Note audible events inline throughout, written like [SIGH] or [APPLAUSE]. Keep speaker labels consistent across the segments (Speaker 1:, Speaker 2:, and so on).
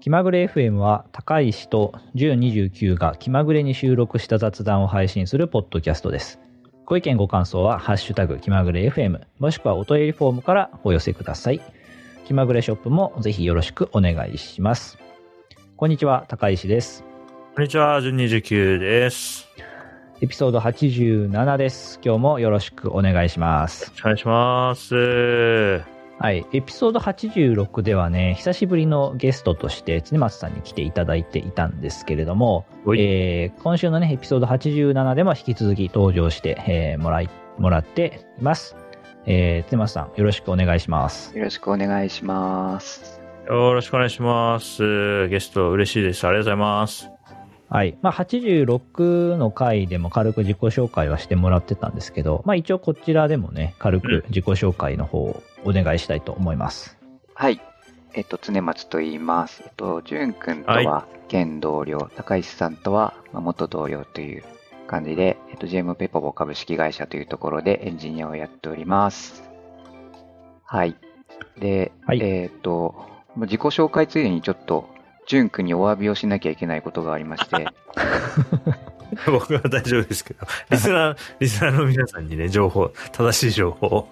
Speaker 1: 気まぐれ FM は高石と1029が気まぐれに収録した雑談を配信するポッドキャストです。ご意見ご感想はハッシュタグ気まぐれ FM もしくはお問い合いフォームからお寄せください。気まぐれショップもぜひよろしくお願いします。こんにちは、高石です。
Speaker 2: こんにちは、順29です。
Speaker 1: エピソード87です。今日もよろしくお願いします。
Speaker 2: お願いします。
Speaker 1: はい、エピソード86ではね、久しぶりのゲストとして常松さんに来ていただいていたんですけれども、
Speaker 2: おい
Speaker 1: えー今週のね、エピソード87でも引き続き登場して、えーもらい、もらっています。えー、常松さん、よろしくお願いします。
Speaker 3: よろしくお願いします。
Speaker 2: よろしくお願いします。ゲスト嬉しいです。ありがとうございます。 [LAUGHS]
Speaker 1: はい。まあ、86の回でも軽く自己紹介はしてもらってたんですけど、まあ、一応こちらでもね、軽く自己紹介の方をお願いしたいと思います。
Speaker 3: はい。えっと、常松と言います。えっと、淳くんとは現同僚、高石さんとはまあ元同僚という感じで、えっと、JM ペポボ株式会社というところでエンジニアをやっております。はい。で、
Speaker 1: はい
Speaker 3: えっと、まあ自己紹介ついでにちょっと、淳くんにお詫びをしなきゃいけないことがあり
Speaker 1: [LAUGHS]
Speaker 3: まして、
Speaker 2: 僕は大丈夫ですけど、リス
Speaker 1: [LAUGHS]
Speaker 2: ナー、リスナーの皆さんにね、情報、正しい情報を。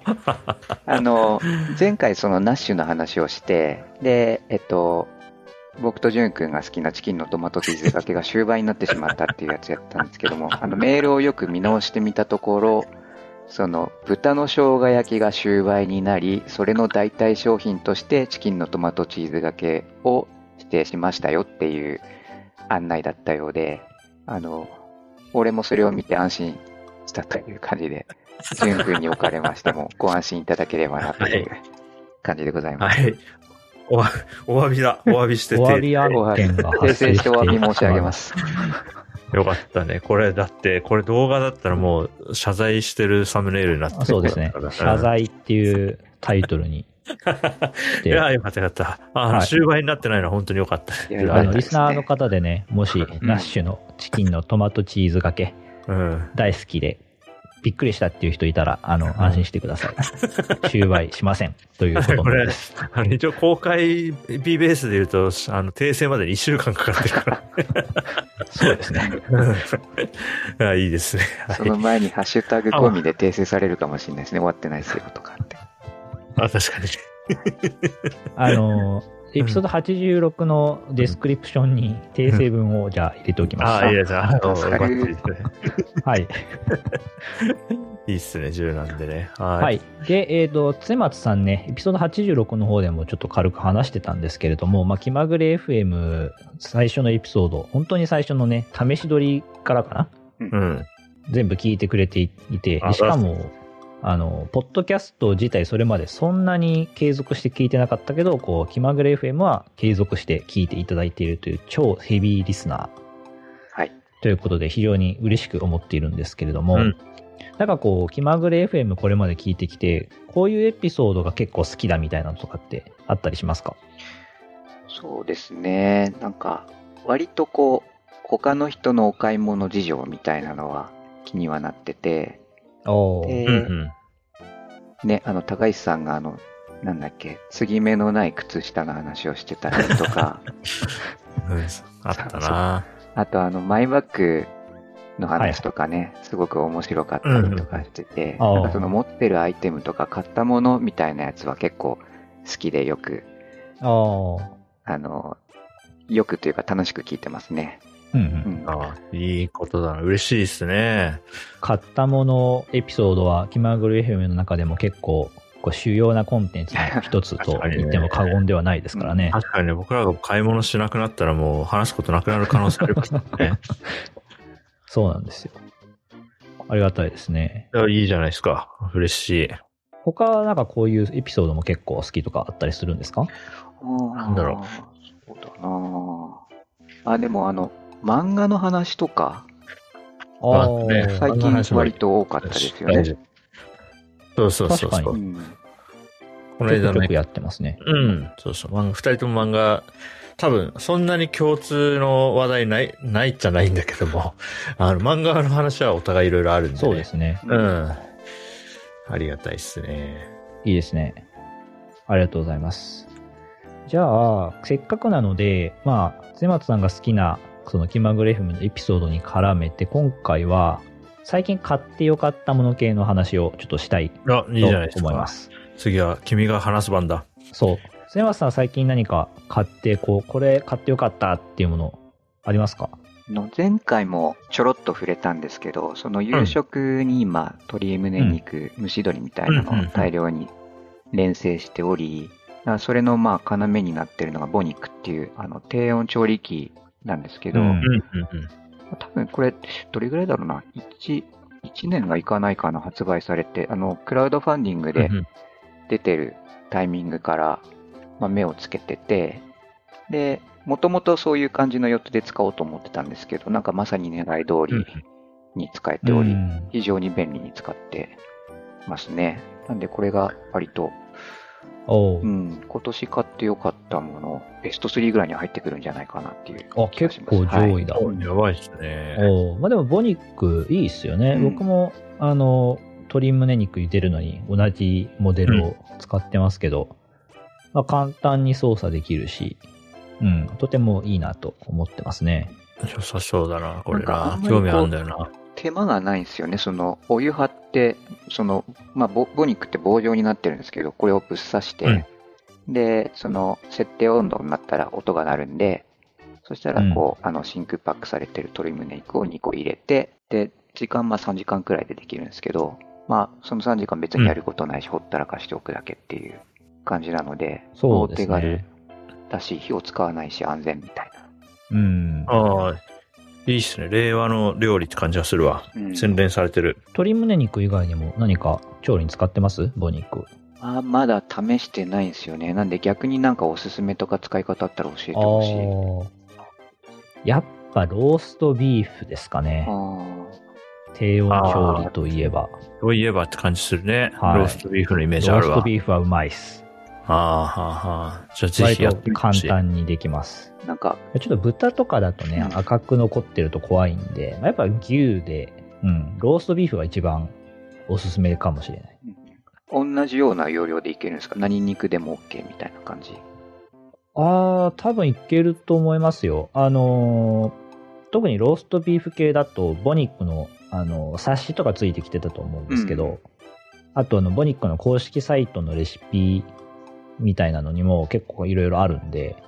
Speaker 3: あの、前回そのナッシュの話をして、で、えっと、僕と淳くんが好きなチキンのトマトチーズがけが終売になってしまったっていうやつやったんですけども、あの、メールをよく見直してみたところ、その、豚の生姜焼きが終売になり、それの代替商品としてチキンのトマトチーズがけを指定しましたよっていう案内だったようで、あの、俺もそれを見て安心したという感じで、淳くんにおかれましてもご安心いただければなという感じでございます。
Speaker 2: はい。おわ、お詫びだ。お詫びしてて。
Speaker 1: お詫び案件が
Speaker 3: 訂
Speaker 1: 発生
Speaker 3: 正
Speaker 1: し。
Speaker 3: しててお詫び申し上げますす。
Speaker 2: よかったね。これ、だって、これ動画だったらもう、謝罪してるサムネイルになってる
Speaker 1: そう
Speaker 2: [LAUGHS]
Speaker 1: ですね
Speaker 2: から。
Speaker 1: 謝。罪っていうタイトルにして
Speaker 2: いや、よかったよかった。あ
Speaker 1: は
Speaker 2: の、
Speaker 1: い
Speaker 2: 終売になってないのは本当によかった。
Speaker 3: いやよか
Speaker 1: あ
Speaker 3: った
Speaker 1: の、
Speaker 3: で
Speaker 1: リ
Speaker 3: す
Speaker 1: スナーの方でね、もし、ナッシュのチキンのトマトチーズがけ、
Speaker 2: うん。
Speaker 1: 大好きで、びっくりしたっていう人いたら、あ
Speaker 2: うん
Speaker 1: の、安心してくださ
Speaker 2: [LAUGHS]
Speaker 1: い。終売しません。ということ
Speaker 2: これ
Speaker 1: です。、
Speaker 2: あの一応公開日ベースで言うと、あの、訂正までに1週間かかってるから。
Speaker 1: そうですね。
Speaker 2: うん [LAUGHS] あいいですね。は
Speaker 3: そ
Speaker 2: い
Speaker 3: の前にハッシュタグ込みで訂正されるかもしれないですね。終わってないですよとかって。
Speaker 2: あ、確かに。
Speaker 1: あの、エピソード86のデスクリプションに訂正文をじゃあ入れておきま
Speaker 2: あ、いい
Speaker 1: し
Speaker 2: ですね。あの、
Speaker 3: 助か
Speaker 2: バッ
Speaker 3: る
Speaker 2: チリですね。
Speaker 1: た。はい。
Speaker 2: いいっすね、柔軟でね。はい。
Speaker 1: はい。で、えっ、と、つ松さんね、エピソード86の方でもちょっと軽く話してたんですけれども、まあ、気まぐれ FM 最初のエピソード、本当に最初のね、試し撮りからかな
Speaker 2: うん。
Speaker 1: 全部聞いてくれていて
Speaker 2: あ、
Speaker 1: しかも、あの、ポッドキャスト自体それまでそんなに継続して聞いてなかったけど、こう、気まぐれ FM は継続して聞いていただいているという超ヘビーリスナー。
Speaker 3: はい。
Speaker 1: ということで非常に嬉しく思っているんですけれども、
Speaker 2: うん
Speaker 1: なんかこう、気まぐれ FM これまで聞いてきて、こういうエピソードが結構好きだみたいなのとかってあったりしますか
Speaker 3: そうですね。なんか、割とこう、他の人のお買い物事情みたいなのは気にはなってて、
Speaker 1: お
Speaker 3: で、
Speaker 2: うんうん。
Speaker 3: ね、あの、高石さんがあの、なんだっけ、継ぎ目のない靴下の話をしてたりとか、
Speaker 2: うんあったな。
Speaker 3: あとあの、マイバッグの話とかね、すごく面白かったりとかしてて、
Speaker 1: うんうん
Speaker 3: なんかその持ってるアイテムとか買ったものみたいなやつは結構好きでよく、
Speaker 1: あー。
Speaker 3: あの、よくというか楽しく聞いてますね。
Speaker 1: うんう。
Speaker 3: うんん。
Speaker 2: あいいことだな。嬉しいですね。
Speaker 1: 買ったものエピソードは気まぐれ FM の中でも結構こう主要なコンテンツの一つと言っても過言ではないですからね。
Speaker 2: 確かにね、僕らが買い物しなくなったらもう話すことなくなる可能性ありますもん [LAUGHS] ね。
Speaker 1: そうなんですよ。ありがたいですね。
Speaker 2: いやいいじゃないですか。嬉しい。
Speaker 1: 他はなんかこういうエピソードも結構好きとかあったりするんですか
Speaker 2: なんだろ
Speaker 3: う。そうだなあ、でもあの、漫画の話とか、
Speaker 1: あ
Speaker 2: ーね漫画
Speaker 3: 最
Speaker 2: の話
Speaker 3: 近
Speaker 2: も
Speaker 3: 割と多かったですよね。
Speaker 2: そうそうそう
Speaker 1: 確
Speaker 2: そ
Speaker 1: か
Speaker 2: う
Speaker 3: う
Speaker 1: に。
Speaker 3: ん。
Speaker 2: この
Speaker 1: ちょ
Speaker 2: 間
Speaker 1: くちょ
Speaker 2: ね
Speaker 1: く、やってますね。
Speaker 2: うん、そうそう。漫画、二人とも漫画、多分、そんなに共通の話題ない、ないっちゃないんだけども、 [LAUGHS] あの、漫画の話はお互いいろいろあるんで、ね。
Speaker 1: そうで。すね。
Speaker 2: うん。ありがたいっすね。
Speaker 1: いいですね。ありがとうございます。じゃあ、せっかくなので、まあ、末松さんが好きな、その気まぐれ FM のエピソードに絡めて、今回は、最近買ってよかったもの系の話をちょっとしたい
Speaker 2: あ、いいじ
Speaker 1: と
Speaker 2: ゃないです
Speaker 1: 思いま
Speaker 2: か。
Speaker 1: す。
Speaker 2: 次は君が話す番だ。
Speaker 1: そう。末松さん、最近何か買って、こう、これ買ってよかったっていうもの、ありますか
Speaker 3: の前回もちょろっと触れたんですけど、その夕食に今、鶏胸肉、蒸し鶏みたい
Speaker 2: うん
Speaker 3: な
Speaker 2: うん
Speaker 3: の
Speaker 2: うん
Speaker 3: を大量に連成しており、あそれのまあ要になってるのがボニックっていうあの低温調理器なんですけど、
Speaker 1: うん
Speaker 2: うんうんうん。
Speaker 3: 多分これ、どれぐらいだろうな、1、1年がいかないかな、発売されて、あの、クラウドファンディングで
Speaker 2: うんうん
Speaker 3: 出てるタイミングから、まあ、目をつけてて、で、もともとそういう感じの予定で使おうと思ってたんですけど、なんかまさに狙い通りに使えており、
Speaker 1: うん
Speaker 3: 非常に便利に使ってますね。なんでこれが割と、
Speaker 1: おう
Speaker 3: うん、今年買ってよかったもの、ベスト3ぐらいに入ってくるんじゃないかなっていう。
Speaker 1: あ、結構上位だ。
Speaker 2: おやばいですね。
Speaker 1: おーまあでもボニックいいっすよね、
Speaker 3: うん
Speaker 1: 僕もあの鶏胸肉茹でるのに同じモデルを使ってますけど、まあ、簡単に操作できるし、うん、とてもいいなと思ってますね
Speaker 2: 良さそうだな、これ
Speaker 3: なんか
Speaker 2: な。
Speaker 3: あんまりこ
Speaker 2: 興
Speaker 3: う
Speaker 2: 味あるんだよな。
Speaker 3: 手間がないんですよね。その、お湯張って、その、まあ、ボボニックって棒状になってるんですけど、これをぶっ刺して、で、その、設定温度になったら音が鳴るんで、そしたら、こう、あの、真空パックされてる鶏胸肉を2個入れて、で、時間、まあ、3時間くらいでできるんですけど、まあ、その3時間別にやることないし、ほったらかしておくだけっていう感じなので、
Speaker 1: そうです
Speaker 3: お手軽
Speaker 1: ね
Speaker 3: だし、火を使わないし、安全みたいな。
Speaker 1: うん
Speaker 2: ああ、いいっすね。令和の料理って感じがするわ。
Speaker 3: うん
Speaker 2: 洗練されてる。
Speaker 1: 鶏胸肉以外にも何か調理に使ってますボニック
Speaker 3: あまだ試してないんですよね。なんで逆になんかおすすめとか使い方あったら教えてほしい。
Speaker 1: あーやっぱローストビーフですかね
Speaker 3: あー
Speaker 1: 低温調理といえば
Speaker 2: といえばって感じするね。
Speaker 1: はい
Speaker 2: ローストビーフのイメー
Speaker 1: ロ
Speaker 2: ジあ
Speaker 1: ー
Speaker 2: る
Speaker 1: スト
Speaker 2: わ。
Speaker 1: ビーフはうまいっす
Speaker 2: ああ、はあ、はあ。じゃあぜ
Speaker 1: 割
Speaker 2: ひや
Speaker 1: と
Speaker 2: ってみてほ
Speaker 1: 簡
Speaker 2: しい。
Speaker 1: 単にできます
Speaker 3: なんか、
Speaker 1: ちょっと豚とかだとね、
Speaker 3: うん
Speaker 1: 赤く残ってると怖いんで、まあやっぱ牛で、うん、ローストビーフが一番おすすめかもしれない。
Speaker 3: 同じような要領でいけるんですか何肉でも OK みたいな感じ。
Speaker 1: ああ、多分いけると思いますよ。あのー特にローストビーフ系だと、ボニックの、あのー、冊子とかついてきてたと思うんですけど、
Speaker 3: うん
Speaker 1: あとあの、ボニックの公式サイトのレシピみたいなのにも結構いろいろあるんで、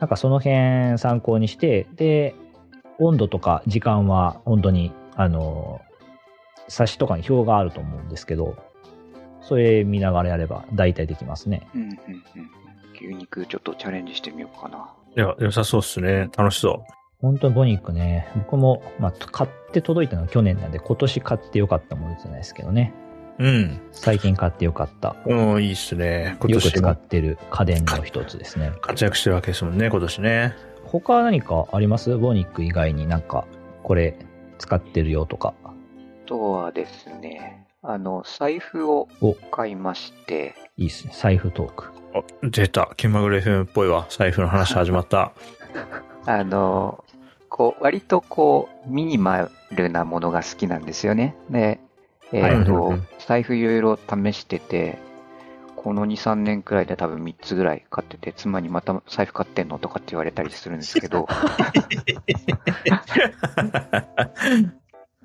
Speaker 1: なんかその辺参考にして、で、温度とか時間は本当に、あのー、冊子とかに表があると思うんですけど、それ見ながらやれば大体できますね。
Speaker 3: うんうんうん。牛肉ちょっとチャレンジしてみようかな。
Speaker 2: いや、良さそうっすね。楽しそ
Speaker 1: 本当にボニックね、僕も、まあ、と買って届いたのは去年なんで、今年買ってよかったものじゃないですけどね。
Speaker 2: う。うん。
Speaker 1: 最近買ってよかった。
Speaker 2: うん、いいっすね。今
Speaker 1: よく
Speaker 2: 年
Speaker 1: 使
Speaker 2: も
Speaker 1: ってる家電の一つですね。
Speaker 2: 活躍してるわけですもんね、今年ね。
Speaker 1: 他何かありますボニック以外になんか、これ使ってるよとか。
Speaker 3: あとはですね、あの、財布を
Speaker 1: お、
Speaker 3: 買いまして、
Speaker 1: いいですね。財布トーク。
Speaker 2: あ、出た。気まぐれ FM っぽいわ。財布の話始
Speaker 1: [LAUGHS]
Speaker 2: まった。
Speaker 3: あの、こう、割とこう、ミニマルなものが好きなんですよね。で、えっ、と、
Speaker 2: はい
Speaker 3: 財布いろいろ試してて、この2、3年くらいで多分3つぐらい買ってて、妻にまた財布買ってんのとかって言われたりするんです
Speaker 2: [LAUGHS]
Speaker 3: けど、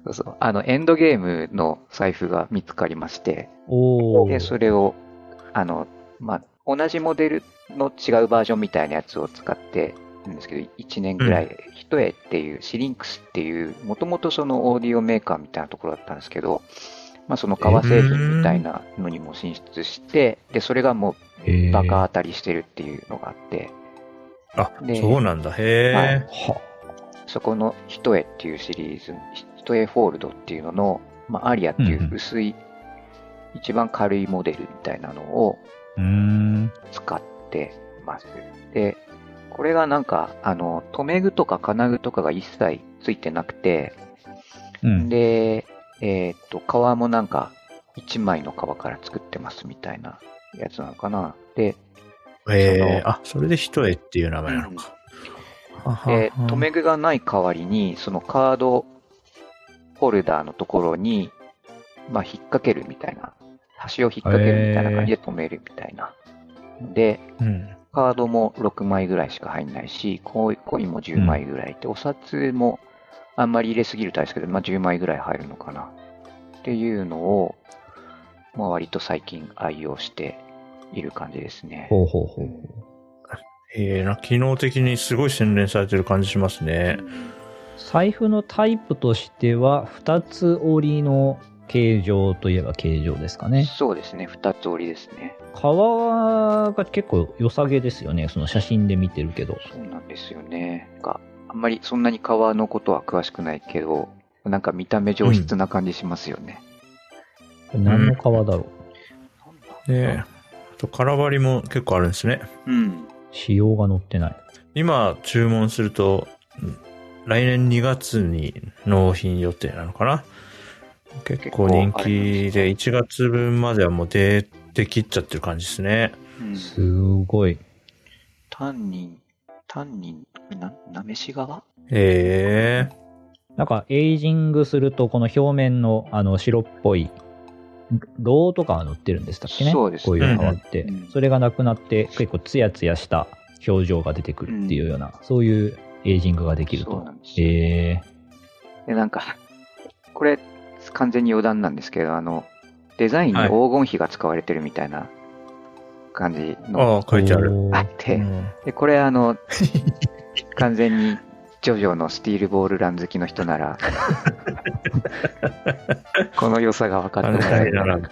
Speaker 3: そうそうあの、エンドゲームの財布が見つかりまして、
Speaker 1: お
Speaker 3: で、
Speaker 1: ー。
Speaker 3: それを、あの、まあ、同じモデルの違うバージョンみたいなやつを使ってるんですけど、1年ぐらい、ヒトエっていう、シリンクスっていう、もともとそのオーディオメーカーみたいなところだったんですけど、まあ、その革製品みたいなのにも進出して、で、それがも
Speaker 1: へー
Speaker 3: う、バカ当たりしてるっていうのがあって、
Speaker 2: あ、
Speaker 3: で
Speaker 2: そうなんだ。へ
Speaker 1: は。
Speaker 3: そこのヒトエっていうシリーズ、ヒトエフォールドっていうのの、まあ、アリアってい
Speaker 1: うんうん
Speaker 3: う薄い、一番軽いモデルみたいなのを、
Speaker 1: うーん。
Speaker 3: 使ってます。で、これがなんか、あの、留め具とか金具とかが一切ついてなくて、
Speaker 1: うん。
Speaker 3: で、えーっと、革もなんか、一枚の革から作ってますみたいなやつなのかな。で、
Speaker 2: え。へえ
Speaker 3: そ。の
Speaker 2: あ、それで一重っていう名前なのか。はは
Speaker 3: で留め具がない代わりに、そのカードホルダーのところに、まあ、引っ掛けるみたいな、端を引っ掛けるみたいな感じで留めるみたいな。で、
Speaker 2: うん。
Speaker 3: カードも6枚ぐらいしか入んないし、コイコインも10枚ぐらいって、お札もあんまり入れすぎるとあれですけど、まあ、10枚ぐらい入るのかな。っていうのを、まあ、割と最近愛用している感じですね。
Speaker 1: ほうほうほう。
Speaker 2: ええな、機能的にすごい洗練されてる感じしますね。
Speaker 1: 財布のタイプとしては、2つ折りの形状といえば形状ですかね。
Speaker 3: そうですね、二つ折りですね。
Speaker 1: 革が結構良さげですよね。その写真で見てるけど。
Speaker 3: そうなんですよね。なんかあんまりそんなに革のことは詳しくないけど、なんか見た目上質な感じしますよね。
Speaker 1: 何の革だろう。
Speaker 2: ねえ。あと、空張りも結構あるんですね。
Speaker 3: うん。
Speaker 1: 仕様が載ってない。
Speaker 2: 今、注文すると、うん来年2月に納品予定なのかな結構人気で、1月分まではもう出てきっちゃってる感じですね。
Speaker 3: うん、
Speaker 1: すごい。
Speaker 3: タンニン、タンニン、な、なめし側
Speaker 2: ええ
Speaker 1: なんかエイジングすると、この表面のあの白っぽい、銅とかが載ってるんでしたっけね。
Speaker 3: そうですね
Speaker 1: こういうのがあって、
Speaker 3: うん
Speaker 1: それがなくなって、結構ツヤツヤした表情が出てくるっていうような、そういうエイジングができる
Speaker 3: そう
Speaker 1: と
Speaker 3: な。んですよ
Speaker 1: え
Speaker 3: で、なんか、これ、完全に余談なんですけど、あの、デザインに黄金比が使われてるみたいな感じの
Speaker 2: ああ、
Speaker 1: ー、
Speaker 2: 書いてある。
Speaker 1: お
Speaker 3: あ
Speaker 1: ー
Speaker 3: って、
Speaker 2: うん
Speaker 3: で、これ
Speaker 2: [LAUGHS]
Speaker 3: あの、完全に、ジョジョのスティールボールラン好きの人な
Speaker 2: [LAUGHS]
Speaker 3: ら、この良さが分かって
Speaker 2: あ
Speaker 3: も
Speaker 2: れ
Speaker 3: らえ
Speaker 2: 第
Speaker 3: る。
Speaker 2: 7部。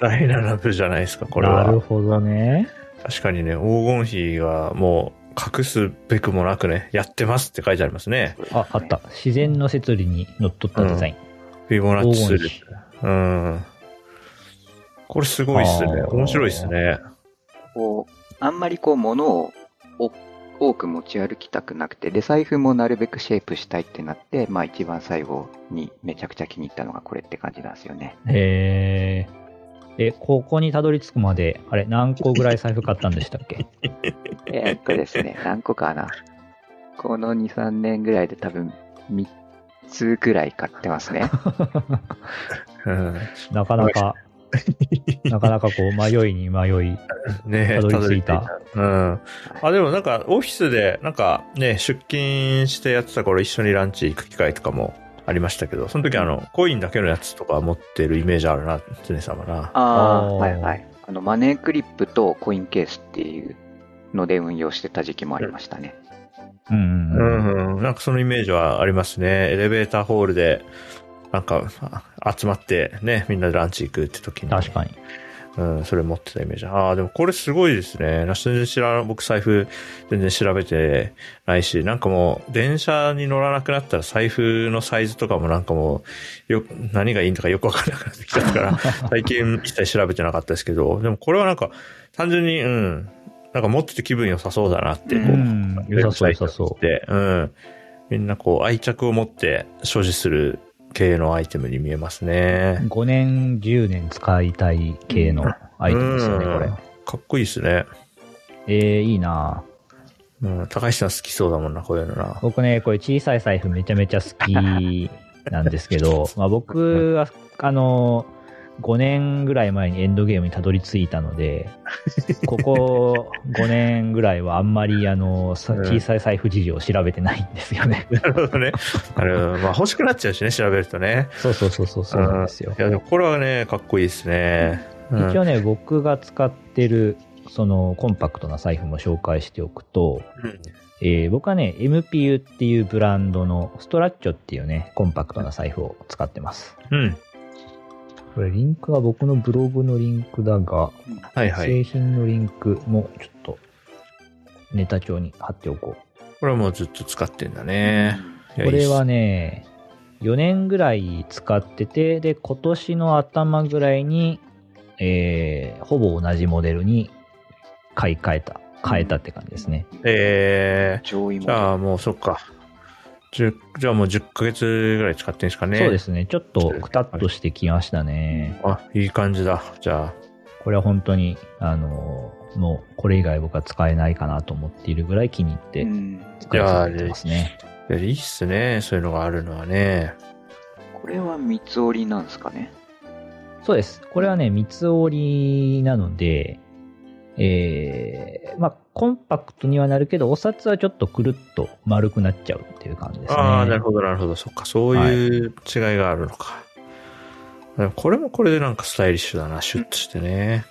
Speaker 2: 第7部じゃないですか、これ
Speaker 1: なる
Speaker 2: は。
Speaker 1: ほどね。
Speaker 2: 確かにね、黄金比がもう隠すべくもなくね、やってますって書いてありますね。
Speaker 1: あ、あった。自然の摂理にのっとったデザイン。
Speaker 2: フィボナッチする
Speaker 1: 黄金。
Speaker 2: うん。これすごいっすね。
Speaker 1: あー
Speaker 2: 面白いっすね。
Speaker 3: こう、あんまりこう、物をお多く持ち歩きたくなくて、で、財布もなるべくシェイプしたいってなって、まあ一番最後にめちゃくちゃ気に入ったのがこれって感じなんですよ
Speaker 2: [LAUGHS]
Speaker 3: ね。
Speaker 1: へーえ、ここにたどり着くまで、あれ、何個ぐらい財布買ったんでしたっけ [LAUGHS]
Speaker 3: えーっとですね、何個かな。この2、3年ぐらいで多分3つぐらい買ってま
Speaker 2: [LAUGHS]
Speaker 3: すね。
Speaker 2: うん。
Speaker 1: なかな [LAUGHS] か、なかなかこう、迷いに迷い。
Speaker 2: ね
Speaker 1: たどり着いた
Speaker 2: たどり着いたうん。あ、でもなんか、オフィスで、なんかね、出勤してやってた頃一緒にランチ行く機会とかもありましたけど、その時あの、コインだけのやつとか持ってるイメージあるな、常様な。
Speaker 3: あ
Speaker 1: あー
Speaker 3: あー、はいはい。あの、マネークリップとコインケースっていうので運用してた時期もありましたね。
Speaker 1: うん
Speaker 2: う
Speaker 1: うんうん。
Speaker 2: ん、うん。なんかそのイメージはありますね。エレベーターホールで、なんか、あ集まってね、みんなでランチ行くって時に。
Speaker 1: 確かに。
Speaker 2: うん、それ持ってたイメージ。ああ、でもこれすごいですね。な全然知らな僕財布全然調べてないし、なんかもう電車に乗らなくなったら財布のサイズとかもなんかもう、よ、何がいいんだかよくわからなくなってきちゃった
Speaker 1: [LAUGHS]
Speaker 2: から、最近一切調べてなかったですけど、でもこれはなんか単純に、うん、なんか持ってて気分良さそうだなって、こ
Speaker 1: う
Speaker 2: う、
Speaker 1: ん。良さそう、良さそ
Speaker 2: で、うん。みんなこう愛着を持って所持する系のアイテムに見えます
Speaker 1: う。
Speaker 2: ね。
Speaker 1: 5年、10年使いたい系のアイテムですよね、
Speaker 2: うん
Speaker 1: これ。
Speaker 2: かっこいいですね。
Speaker 1: えー、いいなぁ
Speaker 2: うん、高橋さん好きそうだもんな、こういうのな。
Speaker 1: 僕ね、これ小さい財布めちゃめちゃ好きなんですけ [LAUGHS] ど、まあ僕は、あの、5年ぐらい前にエンドゲームにたどり着いたので、 [LAUGHS] ここ5年ぐらいはあんまりあの、さ
Speaker 2: うん
Speaker 1: 小さい財布事情を調べてないんですよね。
Speaker 2: [LAUGHS] なるほどね。あの、まあ、欲しくなっちゃうしね、調べるとね。
Speaker 1: [LAUGHS] そうそうそうそう、そうなんですよ
Speaker 2: い。や、でもこれはね、かっこいいですね。うん
Speaker 1: 一応ね、僕が使ってる、そのコンパクトな財布も紹介しておくと、
Speaker 2: うん
Speaker 1: えー僕はね、MPU っていうブランドのストラッチョっていうね、コンパクトな財布を使ってます。
Speaker 2: うん。
Speaker 1: これリンクは僕のブログのリンクだが、
Speaker 2: はいはい。
Speaker 1: 製品のリンクもちょっとネタ帳に貼っておこう。
Speaker 2: これはもうずっと使ってんだね。いや
Speaker 1: これは、ね、4年ぐらい使ってて、で、今年の頭ぐらいに、えーほぼ同じモデルに買い替えた、変えたって感じですね。
Speaker 2: いいっすえ
Speaker 3: 上位
Speaker 2: ー、
Speaker 3: も
Speaker 2: じゃあもうそっか。10じゃあもう10ヶ月ぐらい使ってんですかね。
Speaker 1: そうですね。ちょっとくたっとしてきましたね。
Speaker 2: あ、いい感じだ。じゃあ、
Speaker 1: これは本当に、あのーもうこれ以外僕は使えないかなと思っているぐらい気に入って
Speaker 3: うん
Speaker 1: 使い続けてますね。
Speaker 2: いやいいっすね。そういうのがあるのはね。
Speaker 3: これは三つ折りなんですかね。
Speaker 1: そうです。これはね、三つ折りなので、えーまあ、コンパクトにはなるけど、お札はちょっとくるっと丸くなっちゃうっていう感じですね。
Speaker 2: ああ、なるほど、なるほど。そっか、そういう違いがあるのか。でもこれもこれでなんかスタイリッシュだな、シュッとしてね。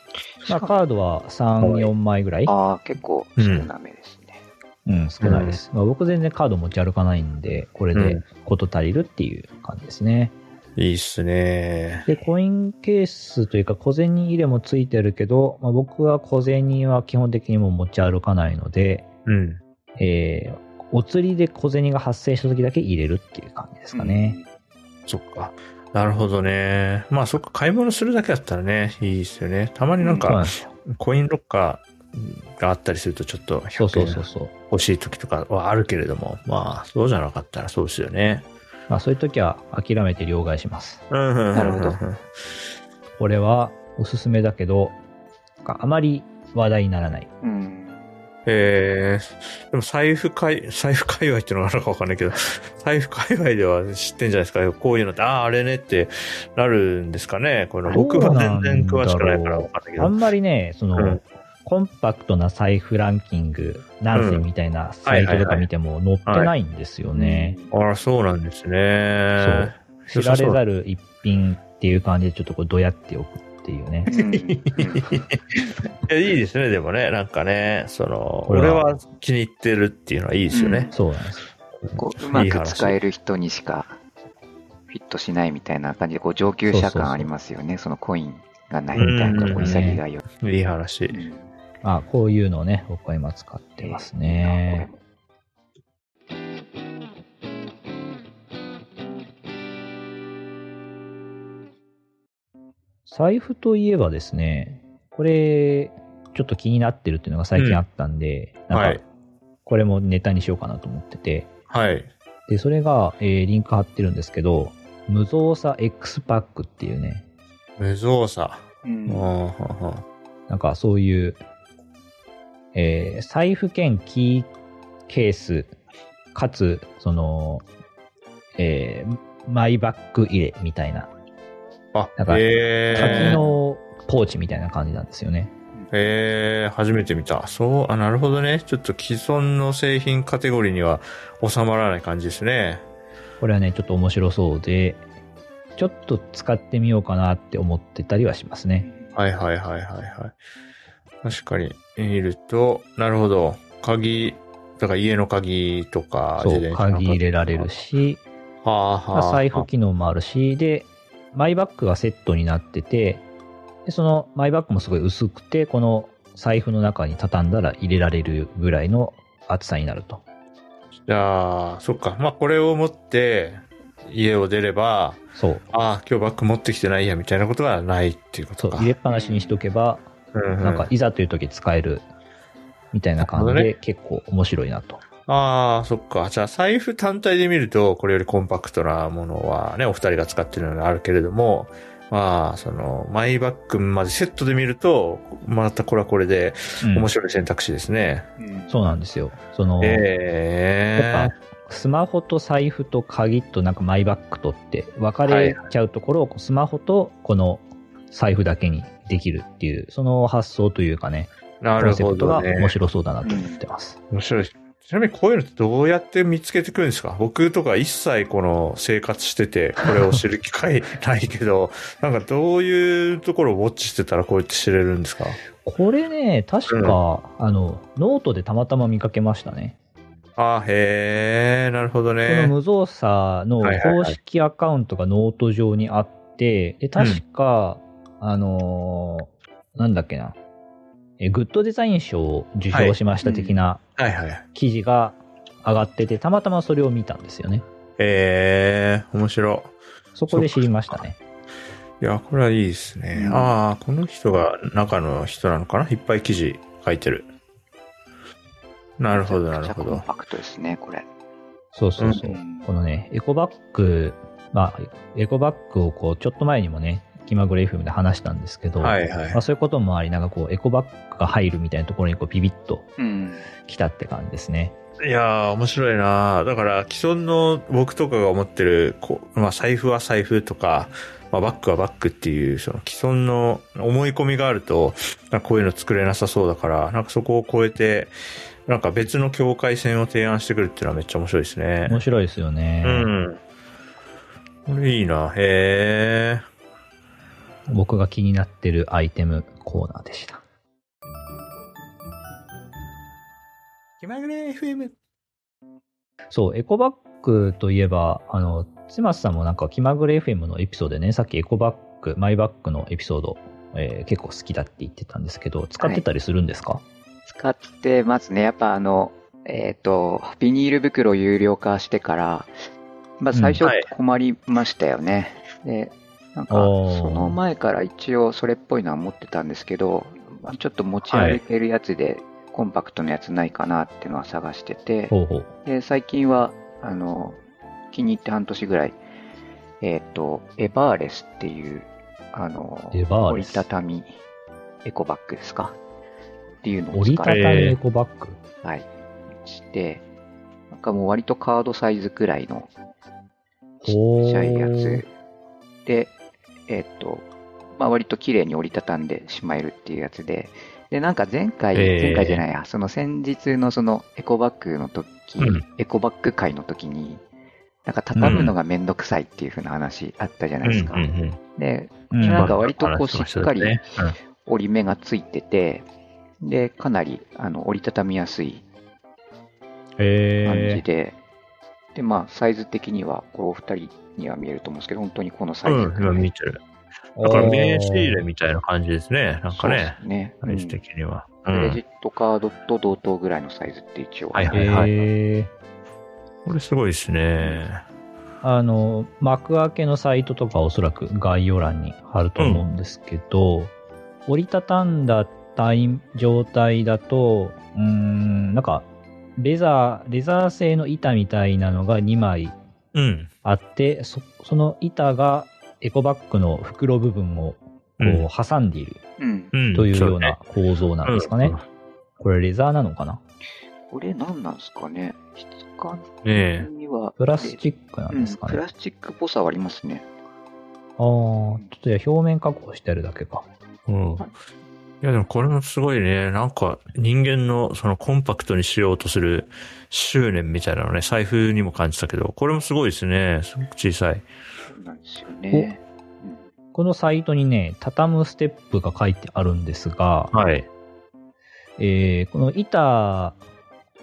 Speaker 1: まあ、カードは3、4枚ぐらい、
Speaker 3: ああ、結構少なめですね。
Speaker 1: うん、少ないです。まあ、僕全然カード持ち歩かないんで、これ
Speaker 2: う
Speaker 1: で
Speaker 2: ん
Speaker 1: 事足りるっていう感じですね。
Speaker 2: いいっすね。
Speaker 1: で、コインケースというか小銭入れもついてるけど、まあ、僕は小銭は基本的にもう持ち歩かないので、
Speaker 2: うん。
Speaker 1: えーお釣りで小銭が発生した時だけ入れるっていう感じですかね。
Speaker 2: そっか。なるほどね。まあそっか、買い物するだけだったらね、いいっすよね。たまになん
Speaker 1: そうなん
Speaker 2: か、
Speaker 1: ですよ
Speaker 2: コインロッカーがあったりするとちょっと
Speaker 1: そうそ
Speaker 2: 100
Speaker 1: うそう
Speaker 2: 円
Speaker 1: そう。
Speaker 2: 欲しい時とかはあるけれども、まあそうじゃなかったらそうですよね。
Speaker 1: まあ、そういう時は諦めて両替します。
Speaker 2: な
Speaker 3: なるほど
Speaker 1: これはおすすめだけど、なんかあまり話題にならない。
Speaker 3: うん。うん。
Speaker 2: えー、でも財布界、財布界隈ってのがあるのかわかんないけど、 [LAUGHS] 財布界隈では知ってんじゃないですか。こういうのって、ああ、あれねってなるんですかね。この僕は全然詳しくないからわかんないけ
Speaker 1: あ
Speaker 2: ど。
Speaker 1: んまりね、その、
Speaker 2: うん
Speaker 1: コンパクトな財布ランキング何選みたいなサイトとか見ても載ってないんですよね。
Speaker 2: あら、そうなんです
Speaker 1: そう
Speaker 2: ね。。
Speaker 1: 知られざる一品っていう感じでちょっとこうどやっておくっていうね。
Speaker 3: うん。
Speaker 2: いやいいですね、でもね。なんかね、その、
Speaker 1: これ
Speaker 2: 俺
Speaker 1: は
Speaker 2: は気に入ってるっていうのはいいですよね。
Speaker 1: そうなんですよ。
Speaker 3: こううまく使える人にしかフィットしないみたいな感じで、こう上級者感ありますよね。そのコインがないみたいな、
Speaker 2: うん
Speaker 3: こう潔いよ。
Speaker 2: いい話
Speaker 3: う。ん
Speaker 1: まあ、こういうのをね、僕は今使ってますね。財布といえばですね、これ、ちょっと気になってるっていうのが最近あったんで、
Speaker 2: うん
Speaker 1: な
Speaker 2: は
Speaker 1: ん
Speaker 2: い
Speaker 1: か、これもネタにしようかなと思ってて、
Speaker 2: はい。
Speaker 1: で、それが、えーリンク貼ってるんですけど、無造作 X パックっていうね、
Speaker 2: 無造作。
Speaker 3: う
Speaker 2: うんんうんうん
Speaker 1: なんかそういう、えー財布兼キーケース、かつ、その、えーマイバッグ入れみたいな、
Speaker 2: あ
Speaker 1: なん、か
Speaker 2: え
Speaker 1: 先
Speaker 2: ー。
Speaker 1: のポーチみたいな感じなんですよね。
Speaker 2: えー、初めて見た。そう、あ、なるほどね。ちょっと既存の製品カテゴリーには収まらない感じですね。
Speaker 1: これはね、ちょっと面白そうで、ちょっと使ってみようかなって思ってたりはしますね。
Speaker 2: はいはいはいはいはい。確かに、見ると、なるほど。鍵、だから家の鍵とか、
Speaker 1: そ
Speaker 2: 自転
Speaker 1: う、
Speaker 2: 車の
Speaker 1: 鍵入れられる。し、
Speaker 2: はあはあはあ。
Speaker 1: 財布機能もあるし、で、マイバッグがセットになってて、でそのマイバッグもすごい薄くて、この財布の中に畳んだら入れられるぐらいの厚さになると。
Speaker 2: じゃあ、そっか。まあ、これを持って、家を出れば、
Speaker 1: そう。
Speaker 2: ああ、今日バッグ持ってきてないや、みたいなことがないっていうこ
Speaker 1: そ
Speaker 2: と
Speaker 1: う
Speaker 2: か。
Speaker 1: 入れっぱなしにしとけば、
Speaker 2: うんうん
Speaker 1: なんかいざという時使えるみたいな感じ
Speaker 2: なるほ
Speaker 1: で結構面白いなと。
Speaker 2: ああ、そっか。じゃあ、財布単体で見ると、これよりコンパクトなものはね、お二人が使ってるのがあるけれども、まあ、その、マイバッグまでセットで見ると、またこれはこれで、
Speaker 1: うん
Speaker 2: 面白い選択肢ですね。
Speaker 3: うん
Speaker 1: そうなんですよ。その、や
Speaker 2: え
Speaker 1: っぱスマホと財布と鍵となんかマイバッグとって分かれちゃうところをこうスマホとこの財布だけにできるっていうその発想というかね
Speaker 2: えな
Speaker 1: コ
Speaker 2: る
Speaker 1: ンセ
Speaker 2: ほ
Speaker 1: プトが
Speaker 2: ど
Speaker 1: 面
Speaker 2: ね。
Speaker 1: 白そうだなと思ってます。
Speaker 2: 面白い。ちなみにこういうのってどうやって見つけてくるんですか僕とか一切この生活してて、これを知る機会ないけど、 [LAUGHS] なんかどういうところをウォッチしてたらこうやって知れるんですか
Speaker 1: これね、確か、あの、ノートでたまたま見かけましたね。
Speaker 2: ああ、へえ、なるほど
Speaker 1: こ
Speaker 2: ね。
Speaker 1: の無造作の
Speaker 2: はいはい
Speaker 1: 公
Speaker 2: はい
Speaker 1: 式アカウントがノート上にあって、で、確か、あのーなんだっけな、えグッドデザイン賞を受賞しました的な、
Speaker 2: はいはい。
Speaker 1: 記事が上がってて、たまたまそれを見たんですよね。
Speaker 2: ええ面白
Speaker 1: そこで知りましたね。
Speaker 2: い。いや、これはいいですね。
Speaker 3: うん
Speaker 2: ああ、この人が中の人なのかないっぱい記事書いてる。なるほど、な
Speaker 3: めち
Speaker 2: る
Speaker 3: ゃく
Speaker 2: ほ
Speaker 3: ちゃコン
Speaker 2: ど。
Speaker 3: パクトですね、これ。
Speaker 1: そうそうそう。
Speaker 3: うん
Speaker 1: このね、エコバッグ、まあ、エコバッグをこう、ちょっと前にもね、気まぐれ FM で話したんですけど、
Speaker 2: はいはい
Speaker 1: まあ、そういうこともあり、なんかこう、エコバッグが入るみたいなところにこうピビッと
Speaker 3: うん。
Speaker 1: 来たって感じですね。
Speaker 2: いやー、面白いなーだから、既存の僕とかが思ってる、こうまあ、財布は財布とか、まあ、バッグはバッグっていう、その既存の思い込みがあると、なんかこういうの作れなさそうだから、なんかそこを超えて、なんか別の境界線を提案してくるっていうのはめっちゃ面白いですね。
Speaker 1: 面白いですよね。
Speaker 2: うん。これいいな。へえ。
Speaker 1: 僕が気になってるアイテムコーナーでした。
Speaker 2: 気まぐれ FM。
Speaker 1: そう、エコバッグといえば、あの、つまさんもなんか気まぐれ FM のエピソードでね、さっきエコバッグ、マイバッグのエピソード、えー結構好きだって言ってたんですけど、使ってたりするんですか、
Speaker 3: 使ってますね。やっぱあの、えっ、と、ビニール袋を有料化してから、まあ最
Speaker 2: う
Speaker 3: 初
Speaker 2: んはい
Speaker 3: 困りましたよね。で、なんか、
Speaker 1: おー
Speaker 3: その前から一応それっぽいのは持ってたんですけど、まあちょっと持ち歩けるやつで、コンパクトなやつないかなっていうのは探してて、
Speaker 1: ほうほう。
Speaker 3: で最近は、あの、気に入って半年ぐらい、えっ、と、エバーレスっていう、あの、
Speaker 1: エバー
Speaker 3: 折
Speaker 1: レ
Speaker 3: り
Speaker 1: ス
Speaker 3: たたみエコバッグですかっていうのを
Speaker 1: 折り
Speaker 3: 使
Speaker 1: た
Speaker 3: った
Speaker 1: みエコバッグ。
Speaker 3: はい。して、なんかもう割とカードサイズくらいのち
Speaker 1: おー
Speaker 3: っちゃいやつで、えっと、まあ割と綺麗に折りたたんでしまえるっていうやつで、で、なんか前回、
Speaker 2: えー
Speaker 3: 前回じゃないや、その先日のそのエコバッグの時、
Speaker 1: うん
Speaker 3: エコバッグ会の時に、なんか畳むのがめんどくさいっていう風な話あったじゃないですか。で、
Speaker 1: うん
Speaker 3: なんか割とこうしっかり
Speaker 2: ね
Speaker 3: 折り目がついてて、で、かなりあの折りたたみやすい感じ
Speaker 1: え
Speaker 3: で、で、まあ、サイズ的には、これお二人には見えると思うんですけど、本当にこのサ
Speaker 2: う
Speaker 3: イ
Speaker 2: ん
Speaker 3: ズ
Speaker 2: うん、今見てる。
Speaker 1: ー、
Speaker 2: だから名刺入れみたいな感じですね。なんかね、
Speaker 3: そうですね。
Speaker 2: サイズ的には。う
Speaker 3: うんクレジ
Speaker 2: ん。
Speaker 3: ットカードと同等ぐらいのサイズって一応。
Speaker 2: はいはいはい。
Speaker 1: えー
Speaker 2: これすごいですね。
Speaker 1: あの、幕開けのサイトとかおそらく概要欄に貼ると思うんですけど、折りたたんだ体状態だと、うーん、なんか、レザー、レザー製の板みたいなのが2枚
Speaker 2: うん。
Speaker 1: あって、そその板がエコバッグの袋部分をこ
Speaker 2: うん
Speaker 1: う挟んでいる
Speaker 3: うん。
Speaker 2: うん
Speaker 1: というよう
Speaker 2: そ
Speaker 1: な構造なんですか
Speaker 2: う
Speaker 1: ね
Speaker 2: ん。
Speaker 1: これレザーなのかな
Speaker 3: これ何なんですかね質感
Speaker 2: ね
Speaker 3: には。
Speaker 1: プラスチ
Speaker 3: ッ
Speaker 1: ックなんですか
Speaker 3: プ
Speaker 1: ね。
Speaker 3: ラスチックっぽさはありますね。
Speaker 1: ああ、ちょっとじゃあ表面加工してあるだけか。
Speaker 2: え。うん。いやでもこれもすごいね。なんか人間のそのコンパクトにしようとする執念みたいなのね、財布にも感じたけど、これもすごいですね。すごく小さい。
Speaker 3: そうなんですよね。
Speaker 1: このサイトにね、畳むステップが書いてあるんですが、
Speaker 2: はい。
Speaker 1: えーこの板、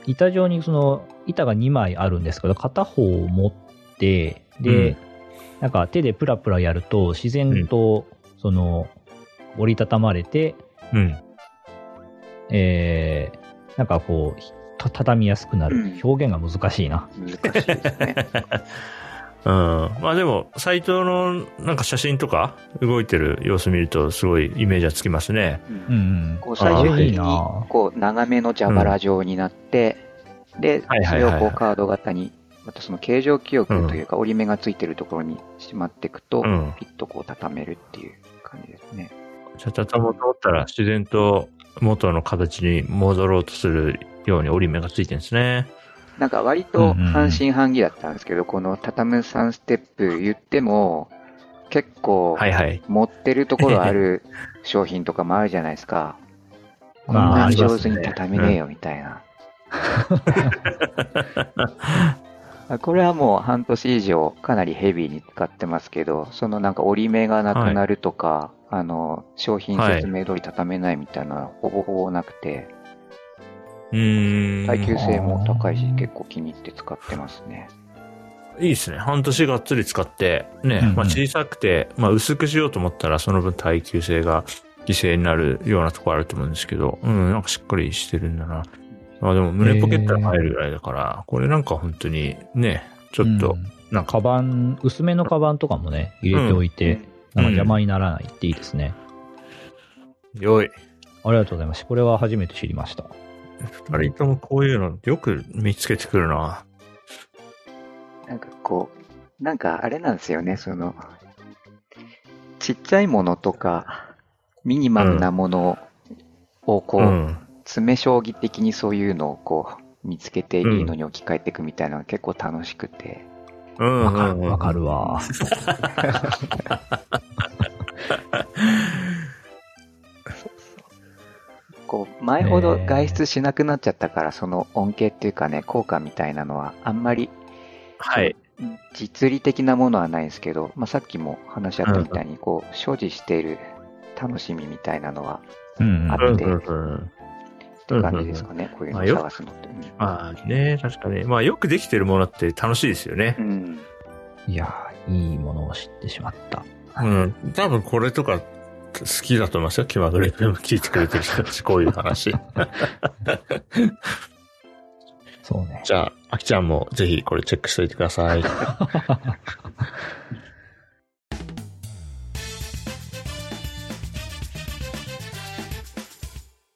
Speaker 1: 板状にその板が2枚あるんですけど、片方を持って、で、
Speaker 2: うん
Speaker 1: なんか手でプラプラやると、自然と、その、折りたたまれて、
Speaker 2: うん。
Speaker 1: えーなんかこう、た畳みやすくなる
Speaker 3: うん。
Speaker 1: 表現が難しいな。
Speaker 3: うん。難しいですね。
Speaker 2: うん。まあでも、サイトのなんか写真とか動いてる様子見るとすごいイメージはつきますね。
Speaker 3: うん
Speaker 1: うんうん。
Speaker 3: こう最終
Speaker 1: あーい
Speaker 3: 的
Speaker 1: い
Speaker 3: に
Speaker 1: な
Speaker 3: こう長めの蛇腹状になって、で
Speaker 2: はい、
Speaker 3: そ
Speaker 2: はい
Speaker 3: れ
Speaker 2: はい
Speaker 3: を
Speaker 2: はい
Speaker 3: こうカード型に、またその形状記憶というか折り目がついてるところにしまっていくと、
Speaker 2: うん。
Speaker 3: ピッとこう畳めるっていう感じですね。
Speaker 2: じゃあ畳もうと思ったら自然と元の形に戻ろうとするように折り目がついてるんですね。
Speaker 3: なんか割
Speaker 1: うんう
Speaker 3: と
Speaker 1: んうん
Speaker 3: 半信半疑だったんですけど、この畳む3ステップ言っても、結構
Speaker 2: はいはい。
Speaker 3: 持ってるところ
Speaker 1: [LAUGHS]
Speaker 3: ある商品とかもあるじゃないですか。こん
Speaker 1: まあ
Speaker 3: な
Speaker 1: あ
Speaker 3: に
Speaker 1: りま
Speaker 3: 上
Speaker 1: す
Speaker 3: 手
Speaker 1: ね
Speaker 3: に畳めねえよみたい
Speaker 1: [LAUGHS]
Speaker 3: な。これはもう半年以上かなりヘビーに使ってますけど、そのなんか折り目がなくなるとか、あの、商品説明通り畳めないみたいなのはほぼほぼなくて、
Speaker 2: うーん。
Speaker 3: 耐久性も高いし、結構気に入って使ってますね。
Speaker 2: いいですね。半年がっつり使って、ね、
Speaker 1: うんうん
Speaker 2: まあ小さくて、まあ薄くしようと思ったらその分耐久性が犠牲になるようなところあると思うんですけど、うん、なんかしっかりしてるんだな。まあでも胸ポケットに入るぐらいだから、これなんか本当にね、ちょっ
Speaker 1: う
Speaker 2: と、
Speaker 1: ん
Speaker 2: なんか、
Speaker 1: カバン、薄めのカバンとかもね、入れておいて、なんか邪魔にならないっていいですね。
Speaker 2: 良い。
Speaker 1: ありがとうございます。これは初めて知りました。
Speaker 2: 二人ともこういうのよく見つけてくるな。
Speaker 3: なんかこう、なんかあれなんですよね、その、ちっちゃいものとか、ミニマムなものをこう、
Speaker 2: うん。
Speaker 3: 詰め将棋的にそういうのをこう、見つけていいのに置き換えていくみたいなのが結構楽しくて。
Speaker 2: うん。
Speaker 1: わかる、わか
Speaker 2: る。
Speaker 1: る
Speaker 2: [LAUGHS]
Speaker 1: わ。
Speaker 3: こう、前ほど
Speaker 1: ねえ
Speaker 3: 外出しなくなっちゃったから、その恩恵っていうかね、効果みたいなのは、あんまり
Speaker 2: はい。
Speaker 3: 実利的なものはないんですけど、まあ、さっきも話し合ったみたいに、こう、所持している楽しみみたいなのは、
Speaker 1: うん
Speaker 3: あ。
Speaker 2: うん
Speaker 3: っ
Speaker 2: う
Speaker 3: て
Speaker 2: んうん。
Speaker 3: って感じですかね、こういうの
Speaker 2: まあよ
Speaker 3: を探すのって。うん
Speaker 2: まあね、確かに。まあよくできてるものって楽しいですよね
Speaker 3: う。ん。
Speaker 1: いやー、いいものを知ってしまった。
Speaker 2: うん。多分これとか好きだと思いますよ。気まぐれでも聞いてくれてる人たち、こういう [LAUGHS] 話。
Speaker 1: そうね。
Speaker 2: じゃあ、あきちゃんもぜひこれチェックしておいてください。 [LAUGHS]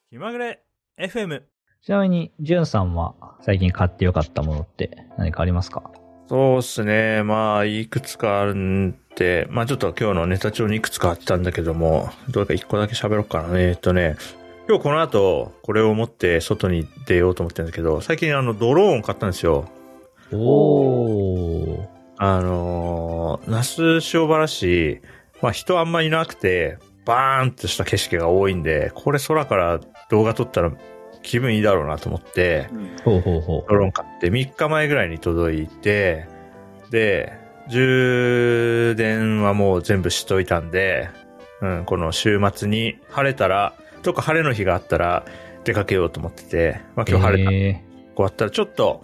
Speaker 2: 気まぐれ FM。
Speaker 1: ちなみに、じゅんさんは最近買ってよかったものって何かありますか
Speaker 2: そうっすね。まあ、いくつかあるんで、まあちょっと今日のネタ帳にいくつかあったんだけども、どうか一個だけ喋ろうかな。えーっとね、今日この後、これを持って外に出ようと思ってるんですけど、最近あの、ドローン買ったんですよ。
Speaker 1: おー。
Speaker 2: あのー、那須塩原市、まあ人あんまいなくて、バーンとした景色が多いんで、これ空から動画撮ったら気分いいだろうなと思って、
Speaker 1: ほうほうほ
Speaker 2: ドローン買って3日前ぐらいに届いて、で、充電はもう全部しといたんで、うん、この週末に晴れたら、とか晴れの日があったら出かけようと思ってて、まあ
Speaker 1: う。
Speaker 2: 今日晴れたんで
Speaker 1: え
Speaker 2: こうやったらちょっと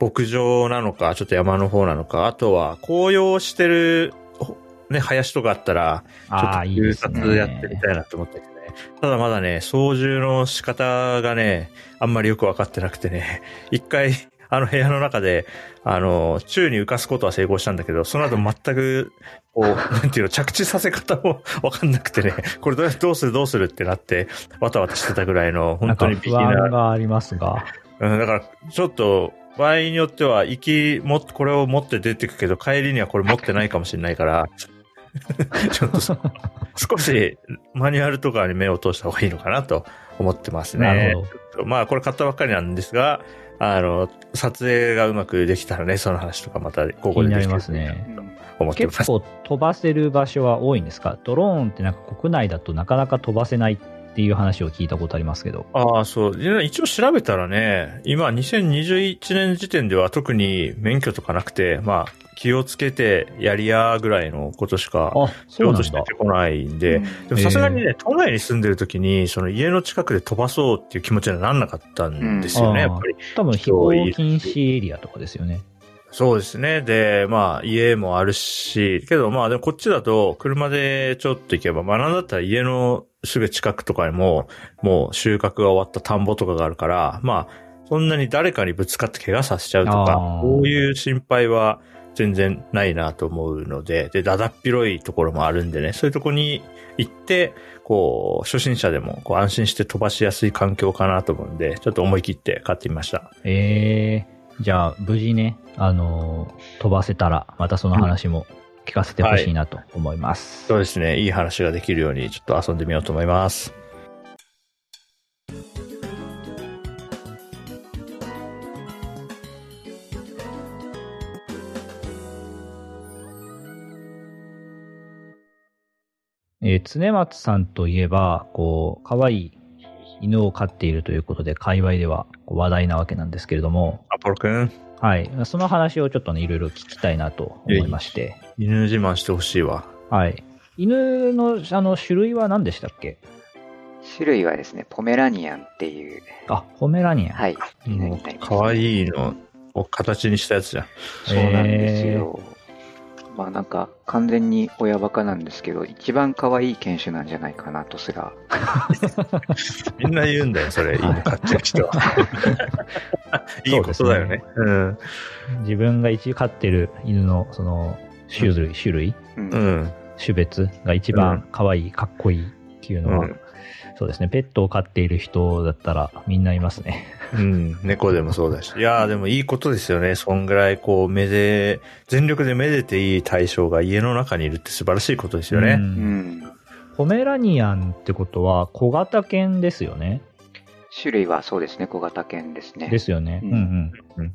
Speaker 2: 牧場なのか、ちょっと山の方なのか、あとは紅葉してる、ほね、林とかあったら、
Speaker 1: ー、
Speaker 2: ちょ
Speaker 1: あ
Speaker 2: っ
Speaker 1: あ、
Speaker 2: と
Speaker 1: いいで
Speaker 2: 休
Speaker 1: す
Speaker 2: 撮
Speaker 1: ね。
Speaker 2: やってみたいなと思ったけどね。ただまだね、操縦の仕方がね、あんまりよくわかってなくてね、一回、あの部屋の中で、あの、宙に浮かすことは成功したんだけど、その後全く、こう、 [LAUGHS] なんていうの、着地させ方も [LAUGHS] わかんなくてね、これどうやどうするどうするってなって、わたわたしてたぐらいの、
Speaker 1: な
Speaker 2: 本
Speaker 1: んか
Speaker 2: 当にビギ
Speaker 1: 不
Speaker 2: ナー
Speaker 1: 安がありますが。
Speaker 2: うん、だから、ちょっと、場合によっては、行き、も、これを持って出てくけど、帰りにはこれ持ってないかもしれないから、 [LAUGHS] ちょっとそ、少し、マニュアルとかに目を通した方がいいのかなと思ってますね。
Speaker 1: なるほど。
Speaker 2: まあ、これ買ったばっかりなんですが、あの、撮影がうまくできたらね、その話とかまた、こ
Speaker 1: 気
Speaker 2: こで
Speaker 1: になり
Speaker 2: できて
Speaker 1: ま
Speaker 2: る
Speaker 1: すね。
Speaker 2: と思ってます。
Speaker 1: 結構飛ばせる場所は多いんですかドローンってなんか国内だとなかなか飛ばせないっていう話を聞いたことありますけど。
Speaker 2: ああ、そう。で一応調べたらね、今2021年時点では特に免許とかなくて、まあ、気をつけてやりやぐらいのことしか、
Speaker 1: あ、そうな
Speaker 2: と
Speaker 1: ん
Speaker 2: しか
Speaker 1: だ
Speaker 2: 出。てこないんで、で
Speaker 1: へ
Speaker 2: も
Speaker 1: ー
Speaker 2: さすがにね、都内に住んでる時に、その家の近くで飛ばそうっていう気持ちにはなんなかったんですよね、
Speaker 1: うん
Speaker 2: やっぱり。
Speaker 1: 多分飛行禁止エリアとかですよね。
Speaker 2: そうですね。で、まあ、家もあるし、けどまあ、でもこっちだと、車でちょっと行けば、まあ、なんだったら家のすぐ近くとかにも、もう収穫が終わった田んぼとかがあるから、まあ、そんなに誰かにぶつかって怪我させちゃうとか
Speaker 1: あー、
Speaker 2: そういう心配は全然ないなと思うので、で、だだっ広いところもあるんでね、そういうとこに行って、こう、初心者でもこう安心して飛ばしやすい環境かなと思うんで、ちょっと思い切って買ってみました。
Speaker 1: えー、じゃあ無事ね、あのー飛ばせたらまたその話も聞かせてほしいなと思います。
Speaker 2: そうですね。いい話ができるように、ちょっと遊んでみようと思います。
Speaker 1: えー常松さんといえば、こう、可愛い犬を飼っているということで、界隈ではこう話題なわけなんですけれども、
Speaker 2: アポロくん、
Speaker 1: はい。その話をちょっとね、いろいろ聞きたいなと思いまして。
Speaker 2: 犬自慢してほしいわ。
Speaker 1: はい。犬のあの種類は何でしたっけ
Speaker 3: 種類はですね、ポメラニアンっていう、
Speaker 1: あ、ポメラニアン。
Speaker 3: はい、犬
Speaker 2: も
Speaker 3: になり
Speaker 2: う、
Speaker 3: ます
Speaker 2: かわいいのを形にしたやつじゃん。
Speaker 3: そうなんですよ。まあなんか完全に親バカなんですけど、一番可愛い犬種なんじゃないかなとすら。
Speaker 2: みんな言うんだよ、それ。
Speaker 1: はい
Speaker 2: 犬飼ってる人は。 [LAUGHS] いいことだよね。うん。
Speaker 1: 自分が一飼ってる犬の、その、種類、種類、
Speaker 3: うん
Speaker 2: うん。
Speaker 1: 種別が一番可愛い、かっこいいっていうのは、
Speaker 2: うん
Speaker 1: そうですね、ペットを飼っている人だったらみんな言いますね。
Speaker 2: うん、猫でもそうだし。いやーでもいいことですよね。そんぐらいこう、めで、全力でめでていい対象が家の中にいるって素晴らしいことですよ
Speaker 1: う
Speaker 2: ね。
Speaker 3: うんん。
Speaker 1: ポメラニアンってことは小型犬ですよね。
Speaker 3: 種類はそうですね、小型犬ですね。
Speaker 1: ですよね。う
Speaker 3: うん
Speaker 1: んうん。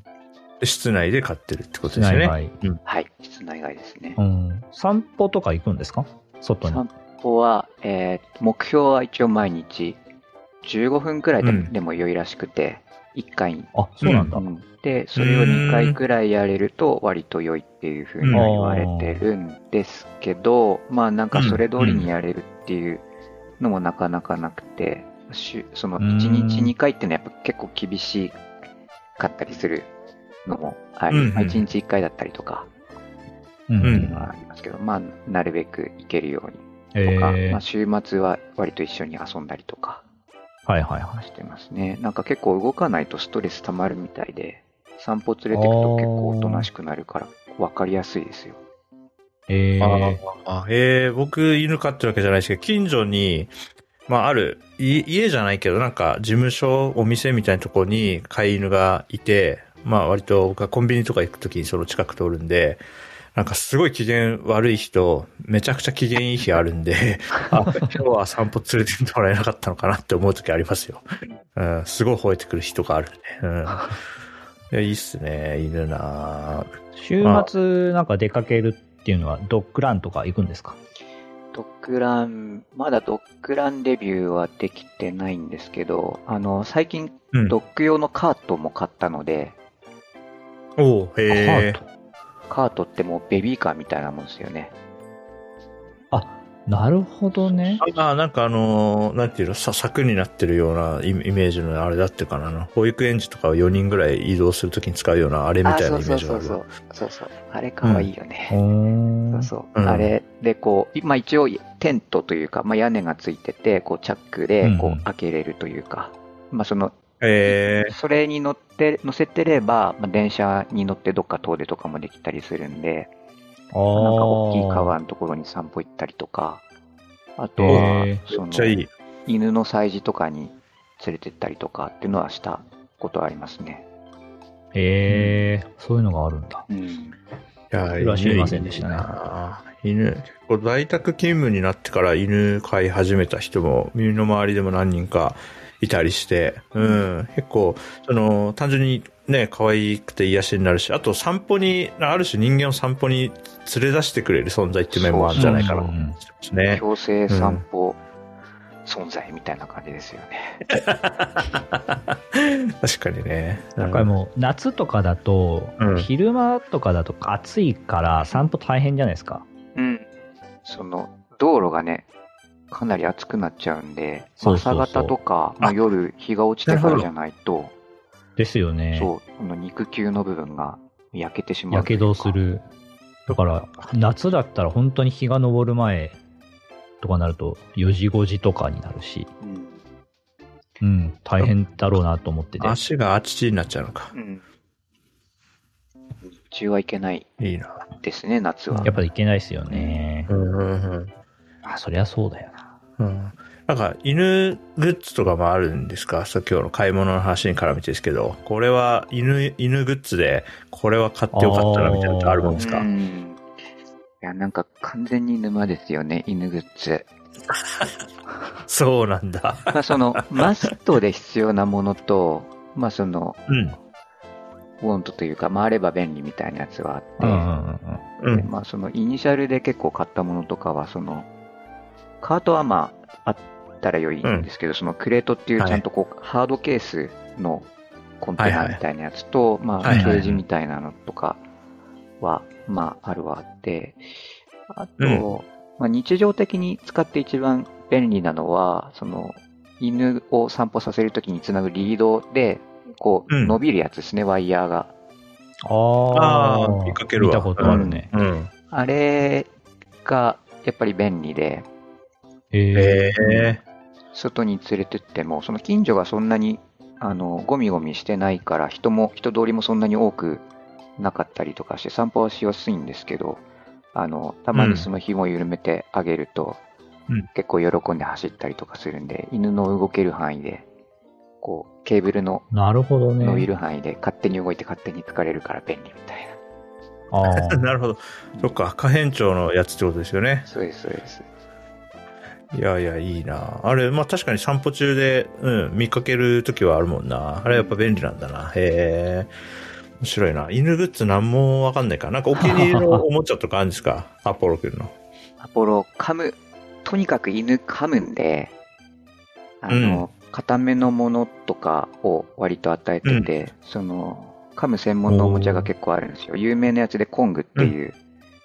Speaker 2: 室内で飼ってるってことです
Speaker 1: 内
Speaker 2: よね。
Speaker 1: 外。
Speaker 3: はい、室内外ですね
Speaker 1: う。ん。散歩とか行くんですか外に。
Speaker 3: 散歩は、えー目標は一応毎日15分くらいで,、
Speaker 2: うん
Speaker 3: でも良いらしくて、1回に。
Speaker 1: あ、そうなんだ。
Speaker 3: うんで、それを2回くらいやれると割と良いっていうふうには言われてるんですけど、まあなんかそれ通りにやれるっていうのもなかなかなくて、しその1日
Speaker 1: うん
Speaker 3: 2回ってのはやっぱ結構厳しかったりするのもあり、
Speaker 2: うんうん
Speaker 3: まあ1日1回だったりとか
Speaker 1: う
Speaker 2: うんん
Speaker 3: のはありますけど、まあなるべく行けるように
Speaker 1: え
Speaker 3: とか、
Speaker 1: ー
Speaker 3: まあ、週末は割と一緒に遊んだりとか
Speaker 1: はいはいはい。
Speaker 3: してますね。なんか結構動かないとストレス溜まるみたいで、散歩連れてくと結構おとなしくなるから分かりやすいですよ。
Speaker 1: え
Speaker 2: あ
Speaker 1: ー、
Speaker 2: あえー僕、犬飼ってるわけじゃないですけど、近所に、まあ、ある、い家じゃないけど、なんか、事務所、お店みたいなとこに飼い犬がいて、まあ、割と僕はコンビニとか行くときにその近く通るんで、なんかすごい機嫌悪い日と、めちゃくちゃ機嫌いい日あるんで、あ今日は散歩連れてってもらえなかったのかなって思うときありますよ。うん、すごい吠えてくる日とかあるんで。うん。いや、いいっすね、犬なぁ
Speaker 1: 週末なんか出かけるっていうのはドッグランとか行くんですか
Speaker 3: ドッグラン、まだドッグランレビューはできてないんですけど、あの、最近
Speaker 2: うん
Speaker 3: ドッグ用のカートも買ったので、
Speaker 2: おう、へえ
Speaker 1: カー。ト
Speaker 3: カートってもうベビーカーみたいなもんですよね。
Speaker 1: あ、なるほどね。
Speaker 2: ああ、なんかあのーなんていうの、さ柵になってるようなイイメージのあれだっていうかなあの、保育園児とかを4人ぐらい移動するときに使うようなあれみ
Speaker 3: あ、
Speaker 2: たい
Speaker 3: そ
Speaker 2: なイ
Speaker 3: う
Speaker 2: メ
Speaker 3: そ
Speaker 2: ージがあ
Speaker 3: うそう
Speaker 2: る
Speaker 3: そ
Speaker 2: わ
Speaker 3: う。そうそう。あれ可愛いよね。
Speaker 1: うーん
Speaker 3: そうそう、
Speaker 2: うん
Speaker 3: あれでこう、まあ、一応テントというか、まあ、屋根がついててこうチャックで
Speaker 1: うん
Speaker 3: こ
Speaker 1: うん
Speaker 3: う開けれるというか、まあ、その
Speaker 2: え
Speaker 3: それに乗って乗せてれば、まあ、電車に乗ってどっか遠出とかもできたりするんで
Speaker 1: あ
Speaker 3: な
Speaker 1: ー
Speaker 3: んか大きい川のところに散歩行ったりとかあとは
Speaker 1: へ
Speaker 2: ー、
Speaker 3: そ
Speaker 2: めっちゃい
Speaker 3: の
Speaker 2: い。
Speaker 3: 犬の催事とかに連れてったりとかっていうのはしたことありますね。
Speaker 1: えー、そういうのがあるんだ。
Speaker 3: うん、
Speaker 2: いや
Speaker 1: 僕ら知りませんでしたね
Speaker 2: いいな犬、結構在宅勤務になってから犬飼い始めた人も、身の回りでも何人かいたりして、うん、結構、その、単純にね、可愛くて癒しになるし、あと散歩に、ある種人間を散歩に連れ出してくれる存在っていう面もあるんじゃないかな
Speaker 1: そうそうそう
Speaker 2: ですね。
Speaker 3: 強制散歩存在みたいな感じですよね。
Speaker 2: 確かにね。
Speaker 1: なんかもう夏とかだと、
Speaker 2: うん
Speaker 1: 昼間とかだと暑いから散歩大変じゃないですか。
Speaker 3: うん。その、道路がね、かなり暑くなっちゃうんで、
Speaker 1: そうそうそう
Speaker 3: 朝方とか、まあ、
Speaker 2: あ
Speaker 3: 夜、日が落ちてか
Speaker 2: なる
Speaker 3: ら
Speaker 2: ほど
Speaker 3: じゃないと、
Speaker 1: ですよね。
Speaker 3: そう、この肉球の部分が焼けてしまう
Speaker 1: や
Speaker 3: とい
Speaker 1: け
Speaker 3: うか。
Speaker 1: どする。だから、夏だったら本当に日が昇る前とかなると、4時5時とかになるし、う
Speaker 3: うん。
Speaker 1: ん、大変だろうなと思ってて。
Speaker 2: 足があっちになっちゃうのか
Speaker 3: う。ん。日中はいけない
Speaker 2: いいな。
Speaker 3: ですね、夏は。
Speaker 1: やっぱりいけないですよね。
Speaker 2: うんうんうん。
Speaker 1: あ、そりゃそうだよな。
Speaker 2: うんなんか、犬グッズとかもあるんですかさ今日の買い物の話に絡めてですけど、これは犬、犬グッズで、これは買ってよかったなみたいなのってあるもんです
Speaker 3: う
Speaker 2: か
Speaker 3: ん。いや、なんか完全に沼ですよね、犬グッズ。
Speaker 2: そうなんだ。
Speaker 3: まあ、その、 [LAUGHS] マストで必要なものと、まあ、その、
Speaker 2: うん。
Speaker 3: ウォントというか、まあ、あれば便利みたいなやつはあって、
Speaker 1: うんうんうんうん。
Speaker 2: う
Speaker 3: で
Speaker 2: ん。
Speaker 3: まあ、そのイニシャルで結構買ったものとかは、その、カートはまあ、あったら良いんですけど、そのクレートっていう
Speaker 2: はい
Speaker 3: ちゃんとこう、ハードケースのコンテナみたいなやつと、ま
Speaker 2: は
Speaker 3: あ、
Speaker 2: い
Speaker 3: ケ
Speaker 2: はい
Speaker 3: ージみたいなのとかは、まあ、あるはあって、あと、
Speaker 2: うん
Speaker 3: まあ、日常的に使って一番便利なのは、その、犬を散歩させるときにつなぐリードで、こう、
Speaker 2: うん
Speaker 3: 伸びるやつですね、ワイヤーが。
Speaker 1: あ
Speaker 2: あ
Speaker 1: あ、
Speaker 2: ー見かけるわ
Speaker 1: 見たことあるね。
Speaker 2: うん。
Speaker 3: あれが、やっぱり便利で、
Speaker 1: え
Speaker 2: へえ。
Speaker 3: 外に連れてっても、その近所がそんなに、あの、ゴミゴミしてないから、人も、人通りもそんなに多くなかったりとかして、散歩はしやすいんですけど、あの、たまにその紐を緩めてあげると、
Speaker 2: うん
Speaker 3: 結構喜んで走ったりとかするんで、犬の動ける範囲でこう、ケーブルの
Speaker 1: なるほどね。
Speaker 3: 伸びる範囲で勝手に動いて勝手に疲れるから便利みたいな。
Speaker 1: あ
Speaker 2: [LAUGHS]
Speaker 1: あ。
Speaker 2: なるほど。そっか、可変調のやつってことですよね。
Speaker 3: そうです、そうです。
Speaker 2: いやいや、いいな。あれ、まあ確かに散歩中で、うん、見かけるときはあるもんな。あれやっぱ便利なんだな。へえ。面白いな。犬グッズなんもわかんないから。なんかお気に入りのおもちゃとかあるんですか [LAUGHS] アポロ君の。
Speaker 3: アポロ噛む、とにかく犬噛むんで、あの、固めのものとかを割と与えてて、その、噛む専門のおもちゃが結構あるんですよ。有名なやつでコングっていう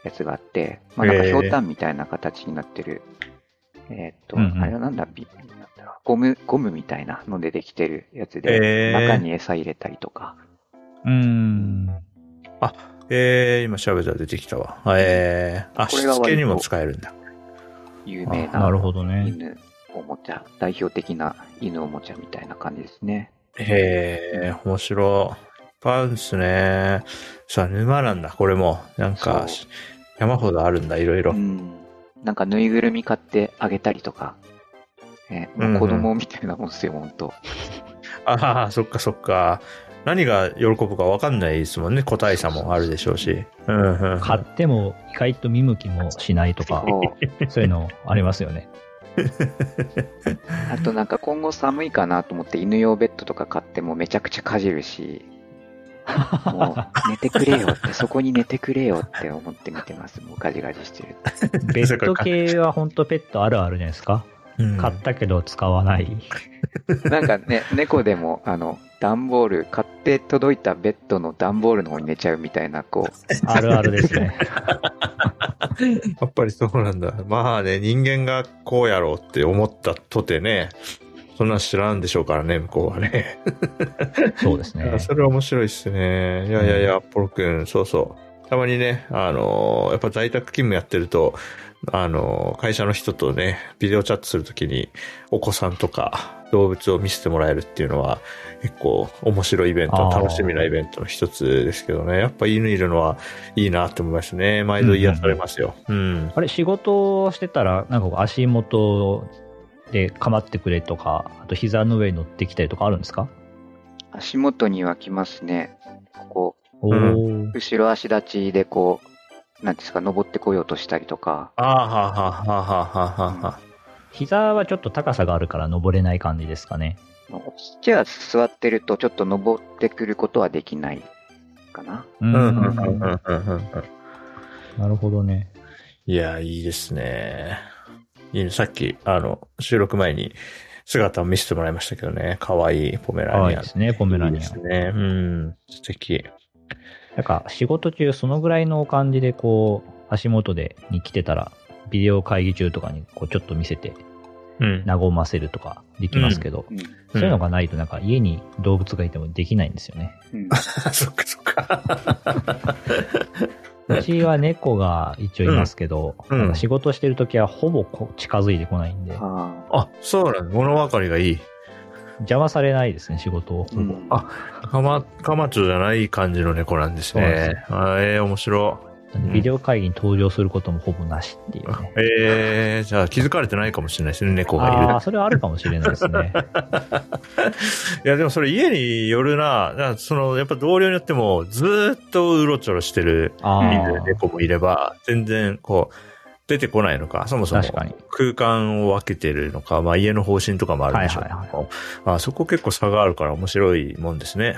Speaker 3: やつがあって、まあなんか
Speaker 2: へー
Speaker 3: ひょうたんみたいな形になってる、えーっと、
Speaker 1: うんうん
Speaker 3: あれはなんだ、ビなんだろうゴム、ゴムみたいなのでできてるやつ
Speaker 2: へー
Speaker 3: で、中に餌入れたりとか、
Speaker 1: うーん。
Speaker 2: ええ今調べたら出てきたわ。ええあ、
Speaker 3: こ
Speaker 2: し
Speaker 3: れが
Speaker 2: つ
Speaker 3: 割
Speaker 2: け
Speaker 3: と
Speaker 2: にも使えるんだ。
Speaker 3: 有名
Speaker 1: な
Speaker 3: な
Speaker 1: るほどね。
Speaker 3: 犬おもちゃ、代表的な犬おもちゃみたいな感じですね。
Speaker 2: へえ、面白い。いっぱいあるんですね。さあ、沼なんだ、これも。なんか
Speaker 3: そ、
Speaker 2: 山ほどあるんだ、いろいろ
Speaker 3: う。ん、なんかぬいぐるみ買ってあげたりとか、えー
Speaker 2: うんうん
Speaker 3: 子供みたいなもんですよ、本当。
Speaker 2: ああ、そっかそっか。何が喜ぶか分かんないですもんね。個体差もあるでしょうし。うんうんうん。
Speaker 1: 買っても意外と見向きもしないとか、
Speaker 3: そう
Speaker 1: そういうのありますよね。
Speaker 3: あとなんか今後寒いかなと思って犬用ベッドとか買ってもめちゃくちゃかじるし、も
Speaker 2: [LAUGHS]
Speaker 3: う寝てくれよって、そこに寝てくれよって思って見てます、もうガジガジしてる。
Speaker 1: ベッド系は本当ペットあるあるじゃないですか。
Speaker 2: うん
Speaker 1: 買ったけど使わない。
Speaker 3: なん
Speaker 2: [LAUGHS]
Speaker 3: かね、猫でも、あの、段ボール、買って届いたベッドの段ボールの方に寝ちゃうみたいな、こう、
Speaker 1: あるあるですね。
Speaker 2: やっぱりそうなんだ。まあね、人間がこうやろうって思ったとてね、そんなん知らんでしょうからね、向こうはね。。
Speaker 1: そうですね
Speaker 2: それは面白いっすね。いやいやいや、ポロ君、そうそう。たまにね、あのーやっぱ在宅勤務やってると、あのー会社の人とね、ビデオチャットするときに、お子さんとか動物を見せてもらえるっていうのは、結構面白いイベント、
Speaker 1: あー
Speaker 2: 楽しみなイベントの一つですけどね。やっぱ犬いるのはいいなって思いますね。毎度癒されますよ。うん。
Speaker 1: あれ、仕事をしてたら、なんかこう足元で構ってくれとか、あと膝の上に乗ってきたりとかあるんですか
Speaker 3: 足元には来ますね。ここ、
Speaker 1: おー。
Speaker 3: 後ろ足立ちでこう、なんていうんですか、登ってこようとしたりとか、
Speaker 2: あーはあはあはあはあはあはあ。
Speaker 1: 膝はちょっと高さがあるから登れない感じですかね。
Speaker 3: スチェア座ってるとちょっと登ってくることはできないかな。
Speaker 1: うん
Speaker 2: うんうん
Speaker 1: うんうん
Speaker 2: うんうんうんうん。
Speaker 1: なるほどね。
Speaker 2: いや、いいですね。いいね。さっき、あの、収録前に姿を見せてもらいましたけどね。可愛いポメ
Speaker 1: 可
Speaker 2: ラ
Speaker 1: 愛
Speaker 2: ニ
Speaker 1: い
Speaker 2: アン。
Speaker 1: ですね、ポメラニ
Speaker 2: いい
Speaker 1: ア
Speaker 2: で
Speaker 1: ン
Speaker 2: す。ね。うん。素敵。
Speaker 1: なんか仕事中そのぐらいの感じでこう足元でに来てたらビデオ会議中とかにこうちょっと見せて
Speaker 2: うん。
Speaker 1: 和ませるとかできますけど、
Speaker 3: うん。
Speaker 1: そういうのがないとなんか家に動物がいてもできないんですよね。
Speaker 3: うん、
Speaker 2: [LAUGHS] そっかそ
Speaker 1: [LAUGHS]
Speaker 2: っか。うん
Speaker 1: うちは猫が一応いますけど、
Speaker 2: うんうん
Speaker 1: なんか仕事してる時はほぼこう近づいてこないんで、
Speaker 3: あ
Speaker 2: あ、そうなの。物分かりがいい。
Speaker 1: 邪魔されないですね、仕事を。
Speaker 3: ーうん
Speaker 2: あかま、かまちょじゃない感じの猫なんです
Speaker 1: そうなん
Speaker 2: ね
Speaker 1: で。
Speaker 2: あええ面白
Speaker 1: なんでビデオ会議に登場することもほぼなしっていうね。
Speaker 2: い。ええじゃあ気づかれてないかもしれないですね、猫がいる
Speaker 1: ああ、それはあるかもしれないですね。
Speaker 2: いや、でもそれ家によるな。だからその、やっぱ同僚によっても、ずーっとうろちょろしてる
Speaker 1: あ
Speaker 2: 犬
Speaker 1: あ、
Speaker 2: 猫もいれば、全然、こう、出てこないのか、そもそも
Speaker 1: 確かに。
Speaker 2: 空間を分けてるのか、まあ家の方針とかもあるんでしょうけど、
Speaker 1: はいはい
Speaker 2: あそこ結構差があるから面白いもんですね。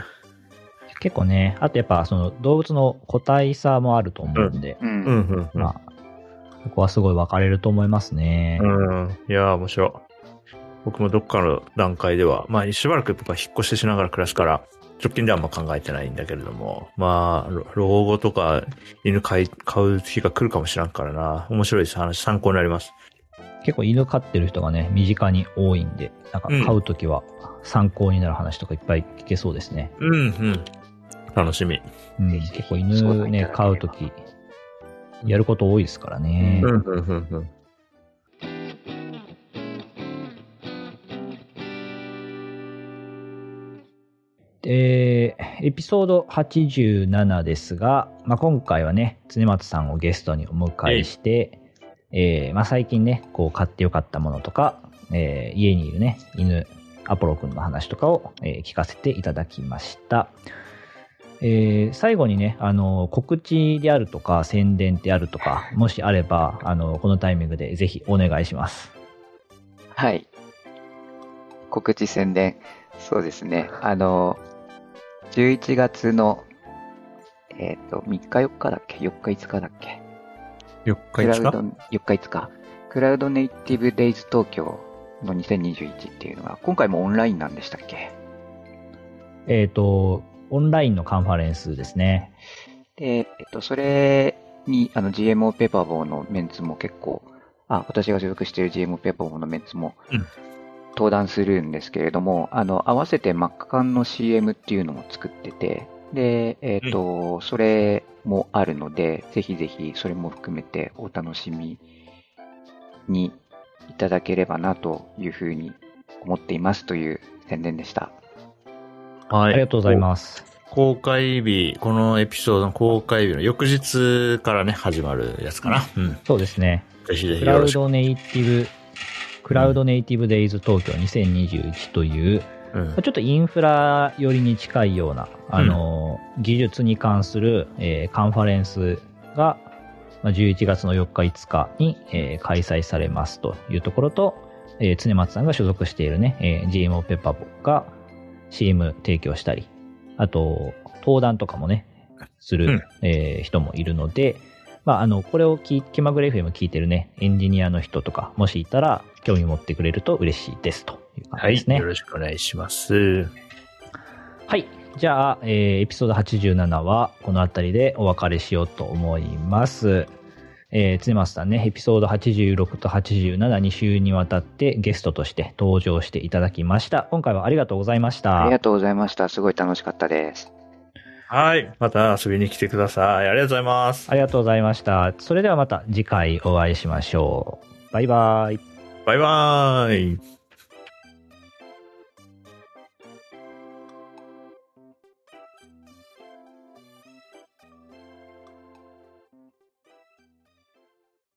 Speaker 1: 結構ね、あとやっぱその動物の個体差もあると思うんで、
Speaker 3: うん
Speaker 2: うん、うん、うん。
Speaker 1: まあ、ここはすごい分かれると思いますね。
Speaker 2: うん。いやー、面白い。僕もどっかの段階では、まあ、しばらく僕は引っ越ししながら暮らすから、直近ではあんま考えてないんだけれども、まあ、老老後とか犬飼い飼う日が来るかもしらんからな。面白いです話、参考になります。
Speaker 1: 結構犬飼ってる人がね、身近に多いんで、なんか飼うときは参考になる話とかいっぱい聞けそうですね。
Speaker 2: うん、うん。楽しみ。
Speaker 1: うん、
Speaker 3: ぜひぜひ
Speaker 1: 結構
Speaker 3: 相
Speaker 1: 犬
Speaker 3: 談い
Speaker 1: ね
Speaker 3: ただけれ、ば
Speaker 1: 飼うとき、やること多いですからね。
Speaker 2: うん、うん、うん、うん。
Speaker 1: でエピソード87ですが、まあ、今回はね常松さんをゲストにお迎えして、えーまあ、最近ねこう買ってよかったものとか、えー家にいるね犬アポロ君の話とかを、えー聞かせていただきました。えー最後にね、あの、告知であるとか、宣伝であるとか、もしあれば、あの、このタイミングでぜひお願いします。
Speaker 3: はい。告知宣伝。そうですね。あの、11月の、えっ、と、3日4日だっけ ?4 日5日だっけ
Speaker 2: 4日
Speaker 3: クラウド
Speaker 2: 5日
Speaker 3: 4日5日。クラウドネイティブデイズ東京の2021っていうのが、今回もオンラインなんでしたっけ
Speaker 1: えっ、と、オンラインのカンファレンスですね。
Speaker 3: で、えっと、それに、あの、GMO ペーパーボーのメンツも結構、あ、私が所属している GMO ペーパーボーのメンツも
Speaker 2: うん、
Speaker 3: 登壇するんですけれども、あの、合わせて真っ赤缶の CM っていうのも作ってて、で、えっと、それもあるので、ぜひぜひ、それも含めてお楽しみにいただければなというふうに思っていますという宣伝でした。
Speaker 2: は
Speaker 1: ありがとうございます。
Speaker 2: 公開日、このエピソードの公開日の翌日からね、始まるやつかな。うん。
Speaker 1: そうですね。
Speaker 2: ぜひぜひ
Speaker 1: クラ
Speaker 2: よろ
Speaker 1: ウ
Speaker 2: しく。
Speaker 1: ドネイティブ、クラウドネイティブデイズ東京2021という、
Speaker 2: うん
Speaker 1: まあ。ちょっとインフラ寄りに近いような、あの、技術に関する、えーカンファレンスが、まあ11月の4日、5日に、えー開催されますというところと、えー常松さんが所属しているね、えー GMO ペッパーボが CM 提供したり、あと、登壇とかもね、する、えー人もいるので、まあ、あの、これを聞い気まぐれ FM 聞いてるね、エンジニアの人とか、もしいたら、興味持ってくれると嬉しいです、という感じ
Speaker 2: は
Speaker 1: で
Speaker 2: い。
Speaker 1: すね。
Speaker 2: よろしくお願いします。
Speaker 1: はい。じゃあ、えーエピソード87はこの辺りでお別れしようと思います。えー、常松さんね、エピソード86と87、2週にわたってゲストとして登場していただきました。今回はありがとうございました。
Speaker 3: ありがとうございました。すごい楽しかったです。
Speaker 2: はい。また遊びに来てください。ありがとうございます。
Speaker 1: ありがとうございました。それではまた次回お会いしましょう。バイバイ。
Speaker 2: バイバーイ。